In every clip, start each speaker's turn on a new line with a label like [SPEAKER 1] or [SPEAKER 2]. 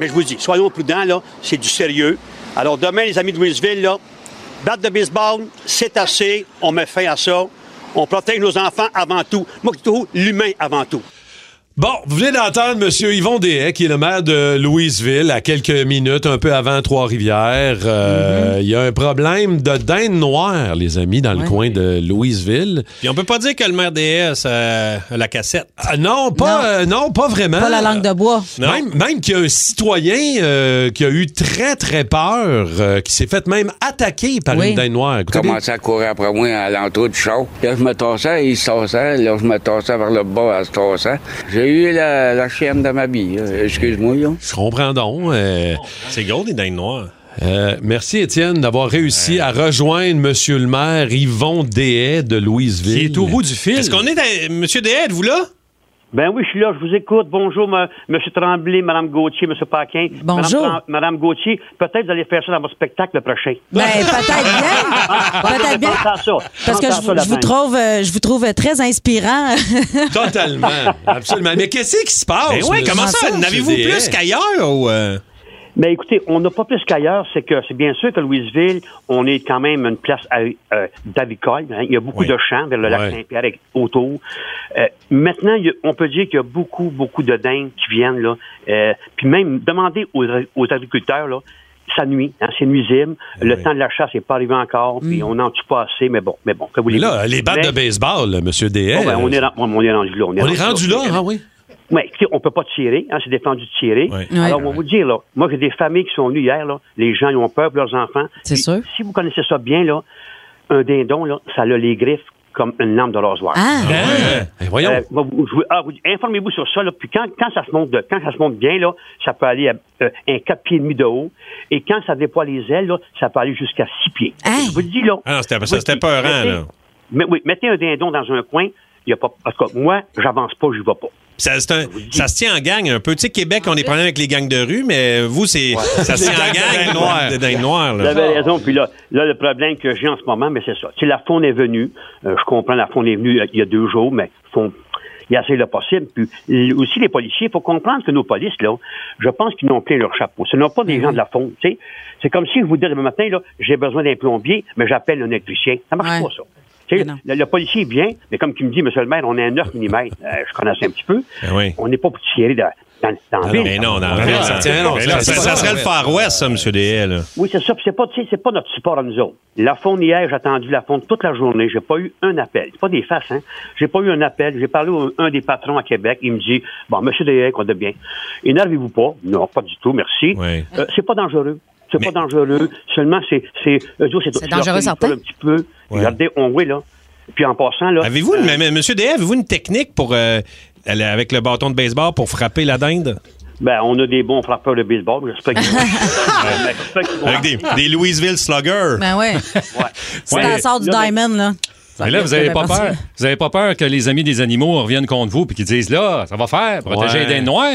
[SPEAKER 1] Mais je vous dis, soyons prudents, là, c'est du sérieux. Alors demain, les amis de Louisville, là, batte de baseball, c'est assez, on met fin à ça. On protège nos enfants avant tout. Moi, plutôt, l'humain avant tout.
[SPEAKER 2] Bon, vous venez d'entendre M. Yvon Dehaye, qui est le maire de Louisville, à quelques minutes, un peu avant Trois-Rivières.
[SPEAKER 3] Mhm.
[SPEAKER 2] Euh, Il y a un problème de dinde noire, les amis, dans le coin de Louisville.
[SPEAKER 3] Puis on peut pas dire que le maire DS euh, a la cassette.
[SPEAKER 2] Ah, non, pas,
[SPEAKER 4] Non.
[SPEAKER 2] euh, non, pas vraiment.
[SPEAKER 3] Hein?
[SPEAKER 4] Pas la langue de bois.
[SPEAKER 3] Non.
[SPEAKER 2] Même, même qu'il y a un citoyen euh, qui a eu très, très peur, euh, qui s'est fait même attaquer par
[SPEAKER 4] Oui.
[SPEAKER 2] une dinde noire. Écoutez bien.
[SPEAKER 5] commençait à courir après moi à l'entour du char. Là, je me tassais, il se tassait. Là, je me tassais vers le bas, elle se tassait. J'ai eu la, la chienne de ma bille. là. Excuse-moi, là.
[SPEAKER 2] Je comprends donc. euh,
[SPEAKER 3] C'est gros des dindes noires.
[SPEAKER 2] Euh, merci, Étienne, d'avoir réussi à rejoindre Monsieur le maire Yvon Dehaye de Louisville.
[SPEAKER 3] Qui est au bout du fil. Est-ce qu'on est à... Eh, Monsieur Dehaye, êtes-vous là?
[SPEAKER 1] Ben oui, je suis là, je vous écoute. Bonjour, me- M. Tremblay, Mme Gauthier, M. Paquin.
[SPEAKER 4] Bonjour.
[SPEAKER 1] Mme, Gauthier, peut-être vous allez faire ça dans votre spectacle le prochain.
[SPEAKER 4] Ben, peut-être bien. Peut-être bien.
[SPEAKER 1] Pensez à ça.
[SPEAKER 4] Parce
[SPEAKER 1] Pensez
[SPEAKER 4] que
[SPEAKER 1] à
[SPEAKER 4] je,
[SPEAKER 1] ça,
[SPEAKER 4] vous-
[SPEAKER 1] la
[SPEAKER 4] je vous
[SPEAKER 1] dinde.
[SPEAKER 4] trouve, euh, je vous trouve très inspirant.
[SPEAKER 2] Totalement, absolument. Mais qu'est-ce qui se passe?
[SPEAKER 3] Eh oui,
[SPEAKER 2] monsieur-
[SPEAKER 3] comment ça?
[SPEAKER 2] monsieur
[SPEAKER 3] N'avez-vous
[SPEAKER 2] Dehaye?
[SPEAKER 3] plus qu'ailleurs ou... euh?
[SPEAKER 1] Ben écoutez, on n'a pas plus qu'ailleurs, c'est que c'est bien sûr que Louisville, on est quand même une place à- euh, d'avicole. hein. Il y a beaucoup
[SPEAKER 2] Oui.
[SPEAKER 1] de champs vers le lac
[SPEAKER 2] Ouais.
[SPEAKER 1] Saint-Pierre et autour. Euh, maintenant, il y a- on peut dire qu'il y a beaucoup, beaucoup de dindes qui viennent là. Euh, puis même demander aux, aux agriculteurs là. Ça nuit, hein, c'est nuisible. Le temps de la chasse n'est pas arrivé encore, puis on n'en tue pas assez, mais bon, mais bon, que
[SPEAKER 2] Mais
[SPEAKER 1] voulez-vous?
[SPEAKER 2] là, les battes
[SPEAKER 1] Mais-
[SPEAKER 2] de baseball, là, Monsieur Dehaye.
[SPEAKER 1] Oh, ben, on, est, ren- on est rendu là.
[SPEAKER 2] on est rendu là, ah oui?
[SPEAKER 1] Oui, écoutez, on peut pas tirer, hein, c'est défendu de tirer.
[SPEAKER 3] Ouais.
[SPEAKER 4] Ouais.
[SPEAKER 1] Alors, on va vous dire, là, moi, j'ai des familles qui sont venues hier, là, les gens, ils ont peur pour leurs enfants.
[SPEAKER 4] C'est
[SPEAKER 1] Puis,
[SPEAKER 4] sûr.
[SPEAKER 1] Si vous connaissez ça bien, là, un dindon, là, ça a les griffes comme une lampe de rasoir.
[SPEAKER 4] Ah,
[SPEAKER 3] Ben
[SPEAKER 2] Hein? Eh, voyons.
[SPEAKER 1] Euh, moi, vous- je vous- ah, vous- informez-vous sur ça, là, puis quand, quand, ça se monte de- quand ça se monte bien, là, ça peut aller à euh, un 4 pieds et demi de haut, et quand ça déploie les ailes, là, ça peut aller jusqu'à 6 pieds.
[SPEAKER 4] Hey.
[SPEAKER 1] Je vous le dis, là.
[SPEAKER 3] Ah non, c'était- ça,
[SPEAKER 1] Oui,
[SPEAKER 3] c'était peurant,
[SPEAKER 1] mettez-
[SPEAKER 3] là.
[SPEAKER 1] Mais oui, mettez un dindon dans un coin, il y a pas... En tout cas, moi, j'avance pas, je vais pas.
[SPEAKER 3] Ça, c'est un- ça se tient en gang un peu. Tu sais, Québec, on est problèmes avec les gangs de rue, mais vous, c'est ça se tient en gang.
[SPEAKER 2] dindes noires.
[SPEAKER 3] Des dindes noires,
[SPEAKER 1] Vous
[SPEAKER 3] là.
[SPEAKER 1] avez raison. Puis là, là, le problème que j'ai en ce moment, mais c'est ça. Tu sais, la faune est venue. Euh, je comprends, la faune est venue euh, il y a deux jours, mais faut- il y a assez le possible. Puis l- aussi, les policiers, il faut comprendre que nos polices, là, je pense qu'ils n'ont plein leur chapeau. Ce n'est pas
[SPEAKER 4] Ben
[SPEAKER 1] des gens de la faune, tu sais. C'est comme si je vous disais demain matin, là, j'ai besoin d'un plombier, mais j'appelle un électricien. Ça marche
[SPEAKER 4] Ouais.
[SPEAKER 1] pas, ça. Tu sais,
[SPEAKER 4] Mais non.
[SPEAKER 1] le, le policier vient, mais comme tu me dis, monsieur le maire, on est à 9 mm. je connais ça un petit peu.
[SPEAKER 3] Eh oui.
[SPEAKER 1] On n'est pas pour tirer dans, dans, dans la ville.
[SPEAKER 3] Mais non, dans
[SPEAKER 2] Ah,
[SPEAKER 3] la ville,
[SPEAKER 2] non,
[SPEAKER 3] ça
[SPEAKER 2] ça-
[SPEAKER 3] tient.
[SPEAKER 2] non,
[SPEAKER 3] Mais
[SPEAKER 2] ça-
[SPEAKER 3] là,
[SPEAKER 2] ça-
[SPEAKER 3] Ça ça serait le Far West, ça, Monsieur Dehaye, là.
[SPEAKER 1] Oui, c'est ça. Puis C'est pas, tu sais, c'est pas notre support à nous autres. La faune hier, j'ai attendu la faune toute la journée. J'ai pas eu un appel. C'est pas des faces, hein. J'ai pas eu un appel. J'ai parlé à un des patrons à Québec. Il me dit, bon, Monsieur Dayek, on est bien. Énervez-vous pas. Non, pas du tout. Merci.
[SPEAKER 3] Ouais.
[SPEAKER 1] Euh, c'est pas dangereux. C'est
[SPEAKER 3] Mais-
[SPEAKER 1] pas dangereux. Seulement, c'est, c'est, eux autres,
[SPEAKER 4] C'est dangereux,
[SPEAKER 1] leur
[SPEAKER 4] certain.
[SPEAKER 1] Un petit peu. Regardez, on oui, là. Puis en passant, là.
[SPEAKER 3] Avez-vous, une- mais- Monsieur Dehaye, avez-vous une technique pour euh, aller avec le bâton de baseball pour frapper la dinde?
[SPEAKER 1] Ben, on a des bons frappeurs de baseball. J'espère qu'ils Ouais, ben, j'espère qu'ils vont-
[SPEAKER 3] Avec des, des Louisville Sluggers.
[SPEAKER 4] ben ouais.
[SPEAKER 1] Ouais.
[SPEAKER 4] C'est
[SPEAKER 6] Ouais.
[SPEAKER 4] la sorte du
[SPEAKER 1] Là, mais-
[SPEAKER 4] diamond, là.
[SPEAKER 6] Mais là, vous n'avez pas
[SPEAKER 4] Parfait.
[SPEAKER 6] peur. Vous avez pas peur que les amis des animaux reviennent contre vous puis qu'ils disent là, ça va faire, protéger
[SPEAKER 2] Ouais.
[SPEAKER 6] les dindes noires.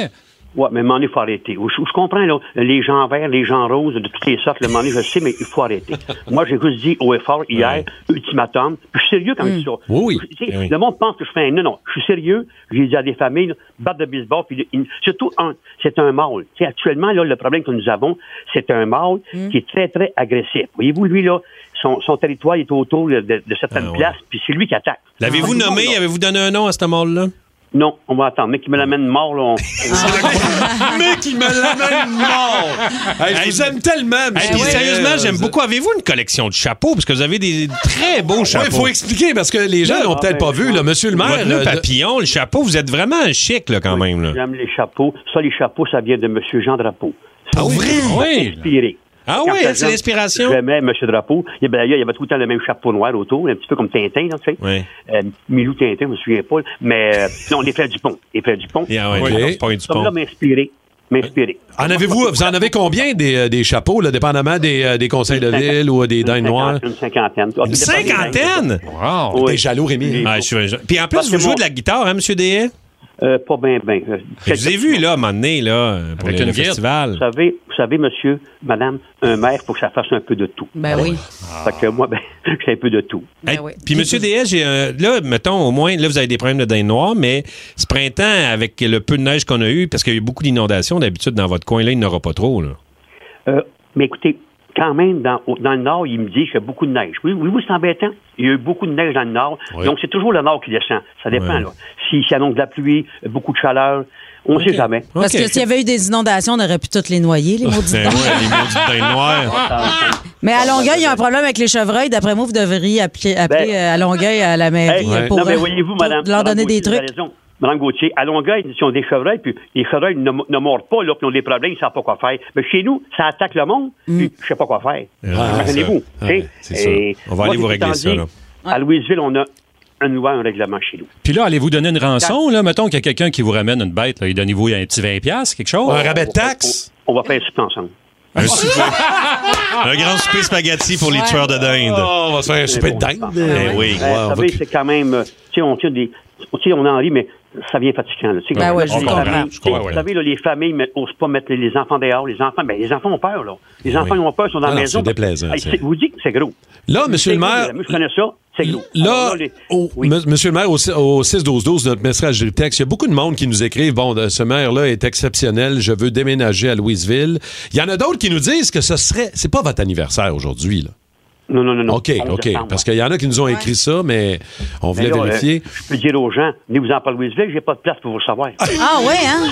[SPEAKER 1] Ouais, mais Mané, il faut arrêter. Je, je comprends, là, les gens verts, les gens roses, de toutes les sortes, le Mané, je sais, mais il faut arrêter. Moi, j'ai juste dit au effort hier, ultimatum, puis je suis sérieux quand je dis ça.
[SPEAKER 2] Oui, oui.
[SPEAKER 1] Tu sais,
[SPEAKER 2] Eh oui.
[SPEAKER 1] Le monde pense que je fais un. Non, non, je suis sérieux. J'ai dit à des familles, là, batte de baseball, puis il- surtout, un, c'est un mâle. Tu sais, actuellement, là, le problème que nous avons, c'est un mâle qui est très, très agressif. Voyez-vous, lui, là, son, son territoire il est autour là, de, de certaines
[SPEAKER 3] Ah, ouais.
[SPEAKER 1] places, puis c'est lui qui attaque.
[SPEAKER 3] L'avez-vous
[SPEAKER 1] Ah, non,
[SPEAKER 3] nommé?
[SPEAKER 1] non.
[SPEAKER 3] Avez-vous donné un nom à ce mâle-là?
[SPEAKER 1] Non, on va attendre. Mais qui me l'amène mort, là, on-
[SPEAKER 2] mec, il me l'amène mort! Hey, je vous aime tellement,
[SPEAKER 3] Hey,
[SPEAKER 2] monsieur
[SPEAKER 3] puis
[SPEAKER 2] Dehaye.
[SPEAKER 3] sérieusement, j'aime beaucoup. Avez-vous une collection de chapeaux? Parce que vous avez des très beaux
[SPEAKER 2] Oui,
[SPEAKER 3] chapeaux.
[SPEAKER 2] il faut expliquer, parce que les gens
[SPEAKER 1] Non,
[SPEAKER 2] l'ont peut-être
[SPEAKER 1] ben,
[SPEAKER 2] pas vu, là, monsieur le maire.
[SPEAKER 3] Votre nœud
[SPEAKER 2] là, Ah,
[SPEAKER 3] papillon, le chapeau, vous êtes vraiment un chic là, quand même. Là.
[SPEAKER 1] J'aime les chapeaux. Ça, les chapeaux, ça vient de M. Jean Drapeau. Ça,
[SPEAKER 3] Ah oui?
[SPEAKER 1] c'est Inspiré.
[SPEAKER 3] Ah
[SPEAKER 1] Quand
[SPEAKER 3] oui,
[SPEAKER 1] ça
[SPEAKER 3] c'est
[SPEAKER 1] vient-
[SPEAKER 3] l'inspiration.
[SPEAKER 1] J'aimais M. Drapeau. Il, ben, d'ailleurs, il y avait tout le temps le même chapeau noir autour, un petit peu comme Tintin, là, tu sais.
[SPEAKER 3] Oui.
[SPEAKER 1] Euh, Milou Tintin, je me souviens pas. Mais euh, non, les frères Dupont. Les frères Dupont.
[SPEAKER 3] Ah ouais,
[SPEAKER 2] Oui.
[SPEAKER 3] non, c'est pas un
[SPEAKER 1] Comme
[SPEAKER 3] Dupont.
[SPEAKER 1] là m'inspirer. M'inspirer.
[SPEAKER 2] En avez-vous, vous en avez combien des, euh, des chapeaux, là, dépendamment des, euh, des conseils de ville ou des
[SPEAKER 1] Une
[SPEAKER 2] dindes noires?
[SPEAKER 1] cinquantaine, Une cinquantaine. Ah,
[SPEAKER 3] Une
[SPEAKER 1] tout dépend des dindes.
[SPEAKER 3] cinquantaine?
[SPEAKER 6] Wow.
[SPEAKER 1] Oui.
[SPEAKER 2] T'es jaloux, Rémi.
[SPEAKER 1] Les-
[SPEAKER 3] Ah, je suis- je- Puis en plus,
[SPEAKER 1] Parce
[SPEAKER 3] vous
[SPEAKER 1] que
[SPEAKER 3] jouez
[SPEAKER 1] mon-
[SPEAKER 3] de la guitare, hein, M. Dehaye? euh, pas bien, bien.
[SPEAKER 2] Je vous ai vu, là, à un moment donné, là, pour
[SPEAKER 6] Avec
[SPEAKER 2] le,
[SPEAKER 6] une
[SPEAKER 2] le
[SPEAKER 6] vitre.
[SPEAKER 2] festival.
[SPEAKER 3] Vous savez, vous savez, monsieur, madame, un maire, faut que ça fasse un peu de tout.
[SPEAKER 4] Ben oui.
[SPEAKER 3] Fait que moi, ben, j'ai un peu de tout.
[SPEAKER 4] Ben
[SPEAKER 2] Hey,
[SPEAKER 4] oui.
[SPEAKER 2] Puis, Monsieur DS, j'ai un- là, mettons, au moins, là, vous avez des problèmes de dinde noire, mais ce printemps, avec le peu de neige qu'on a eu, parce qu'il y a eu beaucoup d'inondations, d'habitude, dans votre coin, là, il n'y en aura pas trop, là.
[SPEAKER 3] Euh, mais écoutez, quand même, dans, au- dans le nord, il me dit qu'il y a beaucoup de neige. Oui, oui, oui, c'est embêtant. Il y a eu beaucoup de neige dans le nord.
[SPEAKER 7] Oui.
[SPEAKER 3] Donc, c'est toujours le nord qui descend. Ça dépend,
[SPEAKER 2] Ouais.
[SPEAKER 3] là. Si, si annonce de la pluie, beaucoup de chaleur, on ne sait jamais.
[SPEAKER 4] Parce
[SPEAKER 2] Ok.
[SPEAKER 4] que s'il y avait eu des inondations, on aurait pu toutes les noyer, les maudits.
[SPEAKER 2] Ben ouais, les maudites dindes noires.
[SPEAKER 4] Mais à Longueuil, il y a un problème avec les chevreuils. D'après moi, vous devriez appeler, appeler
[SPEAKER 3] Ben-
[SPEAKER 4] euh, à Longueuil à la mairie
[SPEAKER 3] Hey,
[SPEAKER 4] euh, pour,
[SPEAKER 3] non, mais
[SPEAKER 4] euh,
[SPEAKER 3] voyez-vous,
[SPEAKER 4] pour
[SPEAKER 3] madame.
[SPEAKER 4] leur
[SPEAKER 3] madame
[SPEAKER 4] donner des
[SPEAKER 3] Gauthier, vous
[SPEAKER 4] trucs.
[SPEAKER 3] avez raison. Madame Gauthier, à Longueuil, ils ont des chevreuils, puis les chevreuils ne, ne mordent pas, là, puis ils ont des problèmes, ils ne savent pas quoi faire. Mais chez nous, ça attaque le monde,
[SPEAKER 4] Mm.
[SPEAKER 3] puis je ne sais pas quoi faire.
[SPEAKER 7] Ah,
[SPEAKER 3] Comprenez-vous? tu
[SPEAKER 7] c'est ça.
[SPEAKER 3] sais?
[SPEAKER 7] Ouais, c'est ça.
[SPEAKER 3] Et
[SPEAKER 2] On va aller vous
[SPEAKER 3] j'ai tout
[SPEAKER 2] régler
[SPEAKER 3] le temps
[SPEAKER 2] ça,
[SPEAKER 3] dit,
[SPEAKER 2] là.
[SPEAKER 3] À Louisville, on a une loi, un règlement chez nous.
[SPEAKER 6] Puis là, allez-vous donner une rançon, là? Mettons qu'il y a quelqu'un qui vous ramène une bête, là. Il donnez-vous un petit 20$, piastres, quelque chose?
[SPEAKER 7] Un rabais de taxe?
[SPEAKER 3] On va faire un souper ensemble.
[SPEAKER 2] Un souper. Un grand souper spaghetti pour les tueurs de dinde.
[SPEAKER 7] Oh, on va se faire un souper de dingue.
[SPEAKER 2] Ben oui.
[SPEAKER 3] Ouais,
[SPEAKER 7] Eh on
[SPEAKER 3] vous
[SPEAKER 7] va
[SPEAKER 3] savez,
[SPEAKER 7] cu-
[SPEAKER 3] c'est quand même. euh, Tu sais, on tient des. Tu sais, on en rit, mais ça vient fatigant. Là, tu sais,
[SPEAKER 4] Ben
[SPEAKER 3] quand-
[SPEAKER 4] ouais,
[SPEAKER 3] les
[SPEAKER 4] je comprends.
[SPEAKER 3] familles,
[SPEAKER 6] Je
[SPEAKER 3] tu sais,
[SPEAKER 6] comprends, ouais.
[SPEAKER 3] Vous savez, là, les familles n'osent pas mettre les, les enfants dehors. Les enfants, ben, les enfants ont peur. là. Les enfants ils ont peur, ils sont dans
[SPEAKER 7] Ah non,
[SPEAKER 3] la maison.
[SPEAKER 7] c'est déplaisant,
[SPEAKER 3] Hey,
[SPEAKER 7] ça.
[SPEAKER 3] c'est- vous dites que c'est gros.
[SPEAKER 7] Là, monsieur
[SPEAKER 3] C'est
[SPEAKER 7] le
[SPEAKER 3] gros,
[SPEAKER 7] maire.
[SPEAKER 3] mesdames, Je connais ça, c'est gros.
[SPEAKER 7] Là, oh,
[SPEAKER 3] Alors, les-
[SPEAKER 7] au-
[SPEAKER 3] oui.
[SPEAKER 7] M- Monsieur le maire, au, si- au 6-12-12, notre message de texte, il y a beaucoup de monde qui nous écrivent Bon, euh, ce maire-là est exceptionnel, je veux déménager à Louisville. Il y en a d'autres qui nous disent que ce serait. C'est pas votre anniversaire aujourd'hui, là.
[SPEAKER 3] Non, non, non, non.
[SPEAKER 7] OK,
[SPEAKER 3] 11
[SPEAKER 7] OK.
[SPEAKER 3] décembre,
[SPEAKER 7] Parce qu'il y en a qui nous ont écrit ça, mais on
[SPEAKER 3] Mais
[SPEAKER 7] voulait
[SPEAKER 3] là,
[SPEAKER 7] vérifier.
[SPEAKER 3] euh, je peux dire aux gens, venez vous en parler Louisville, j'ai pas de place pour vous le savoir.
[SPEAKER 4] Ah ouais, hein?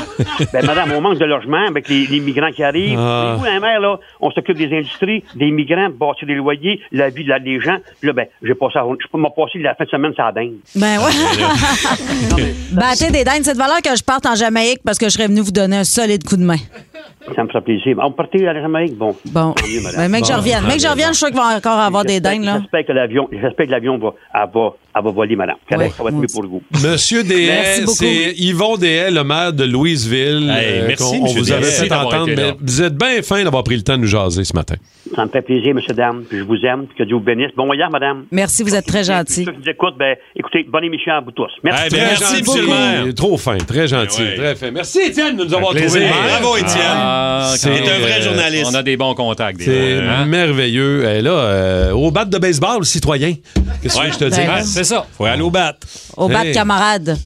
[SPEAKER 3] ben, madame, on manque de logement avec les, les migrants qui arrivent.
[SPEAKER 7] Ah.
[SPEAKER 3] Vous, la mère, là, on s'occupe des industries, des migrants, bâtir des loyers, la vie de la- des gens. Puis là, ben, j'ai passé, à- je peux m'en passer la fin de semaine, ça dingue.
[SPEAKER 4] Ben ouais. Battez des dindes. C'est de valeur que je parte en Jamaïque parce que je serais venu vous donner un solide coup de main.
[SPEAKER 3] Ça me fera plaisir. On partait à la Jamaïque, bon.
[SPEAKER 4] Bon.
[SPEAKER 3] Tant mieux, madame.
[SPEAKER 4] Ben, mec, que je revienne. Mec, que je revienne, je suis sûr qu'il va encore avoir des
[SPEAKER 3] J'espère-
[SPEAKER 4] dindes, là.
[SPEAKER 3] J'espère que l'avion, j'espère que l'avion va, elle va, elle va voler, madame. Ça va-
[SPEAKER 4] Ouais.
[SPEAKER 3] ça va être mieux pour vous.
[SPEAKER 7] Monsieur
[SPEAKER 4] Merci
[SPEAKER 7] Dehaye,
[SPEAKER 4] beaucoup.
[SPEAKER 7] c'est Yvon Dehaye, le maire de Louisville. euh,
[SPEAKER 6] Hey, merci,
[SPEAKER 7] qu'on- on
[SPEAKER 6] monsieur
[SPEAKER 7] vous avait
[SPEAKER 6] Dehaye.
[SPEAKER 7] fait
[SPEAKER 6] Merci d'avoir
[SPEAKER 7] entendre,
[SPEAKER 6] été
[SPEAKER 7] mais
[SPEAKER 6] là.
[SPEAKER 7] vous êtes bien fin d'avoir pris le temps de nous jaser ce matin.
[SPEAKER 3] Ça me fait plaisir, monsieur, dame. Puis je vous aime. Puis que Dieu vous bénisse. Bon voyage, madame.
[SPEAKER 4] Merci, vous êtes très
[SPEAKER 3] Puis
[SPEAKER 4] gentil.
[SPEAKER 3] Ceux qui nous écoutent, ben, écoutez, bonne émission à vous tous. Merci.
[SPEAKER 2] Eh ben,
[SPEAKER 7] Très
[SPEAKER 2] merci,
[SPEAKER 7] gentil,
[SPEAKER 2] monsieur le maire.
[SPEAKER 7] il est Trop fin, très gentil,
[SPEAKER 6] Ben ouais.
[SPEAKER 7] très fin. Merci, Étienne, de nous avoir
[SPEAKER 6] Plaisir.
[SPEAKER 7] trouvé. le maire.
[SPEAKER 2] Bravo, Étienne.
[SPEAKER 6] Ah,
[SPEAKER 7] C'est
[SPEAKER 6] quand,
[SPEAKER 7] un vrai
[SPEAKER 2] journaliste.
[SPEAKER 6] On a des bons contacts, des
[SPEAKER 2] Eh
[SPEAKER 7] C'est
[SPEAKER 6] fois, hein?
[SPEAKER 7] merveilleux. Et là, euh, au bat de baseball, citoyen. Qu'est-ce que je te dis?
[SPEAKER 4] Ben,
[SPEAKER 6] Ah, C'est ça.
[SPEAKER 2] Faut aller au bat.
[SPEAKER 4] Au bat
[SPEAKER 7] Hey.
[SPEAKER 4] de camarades.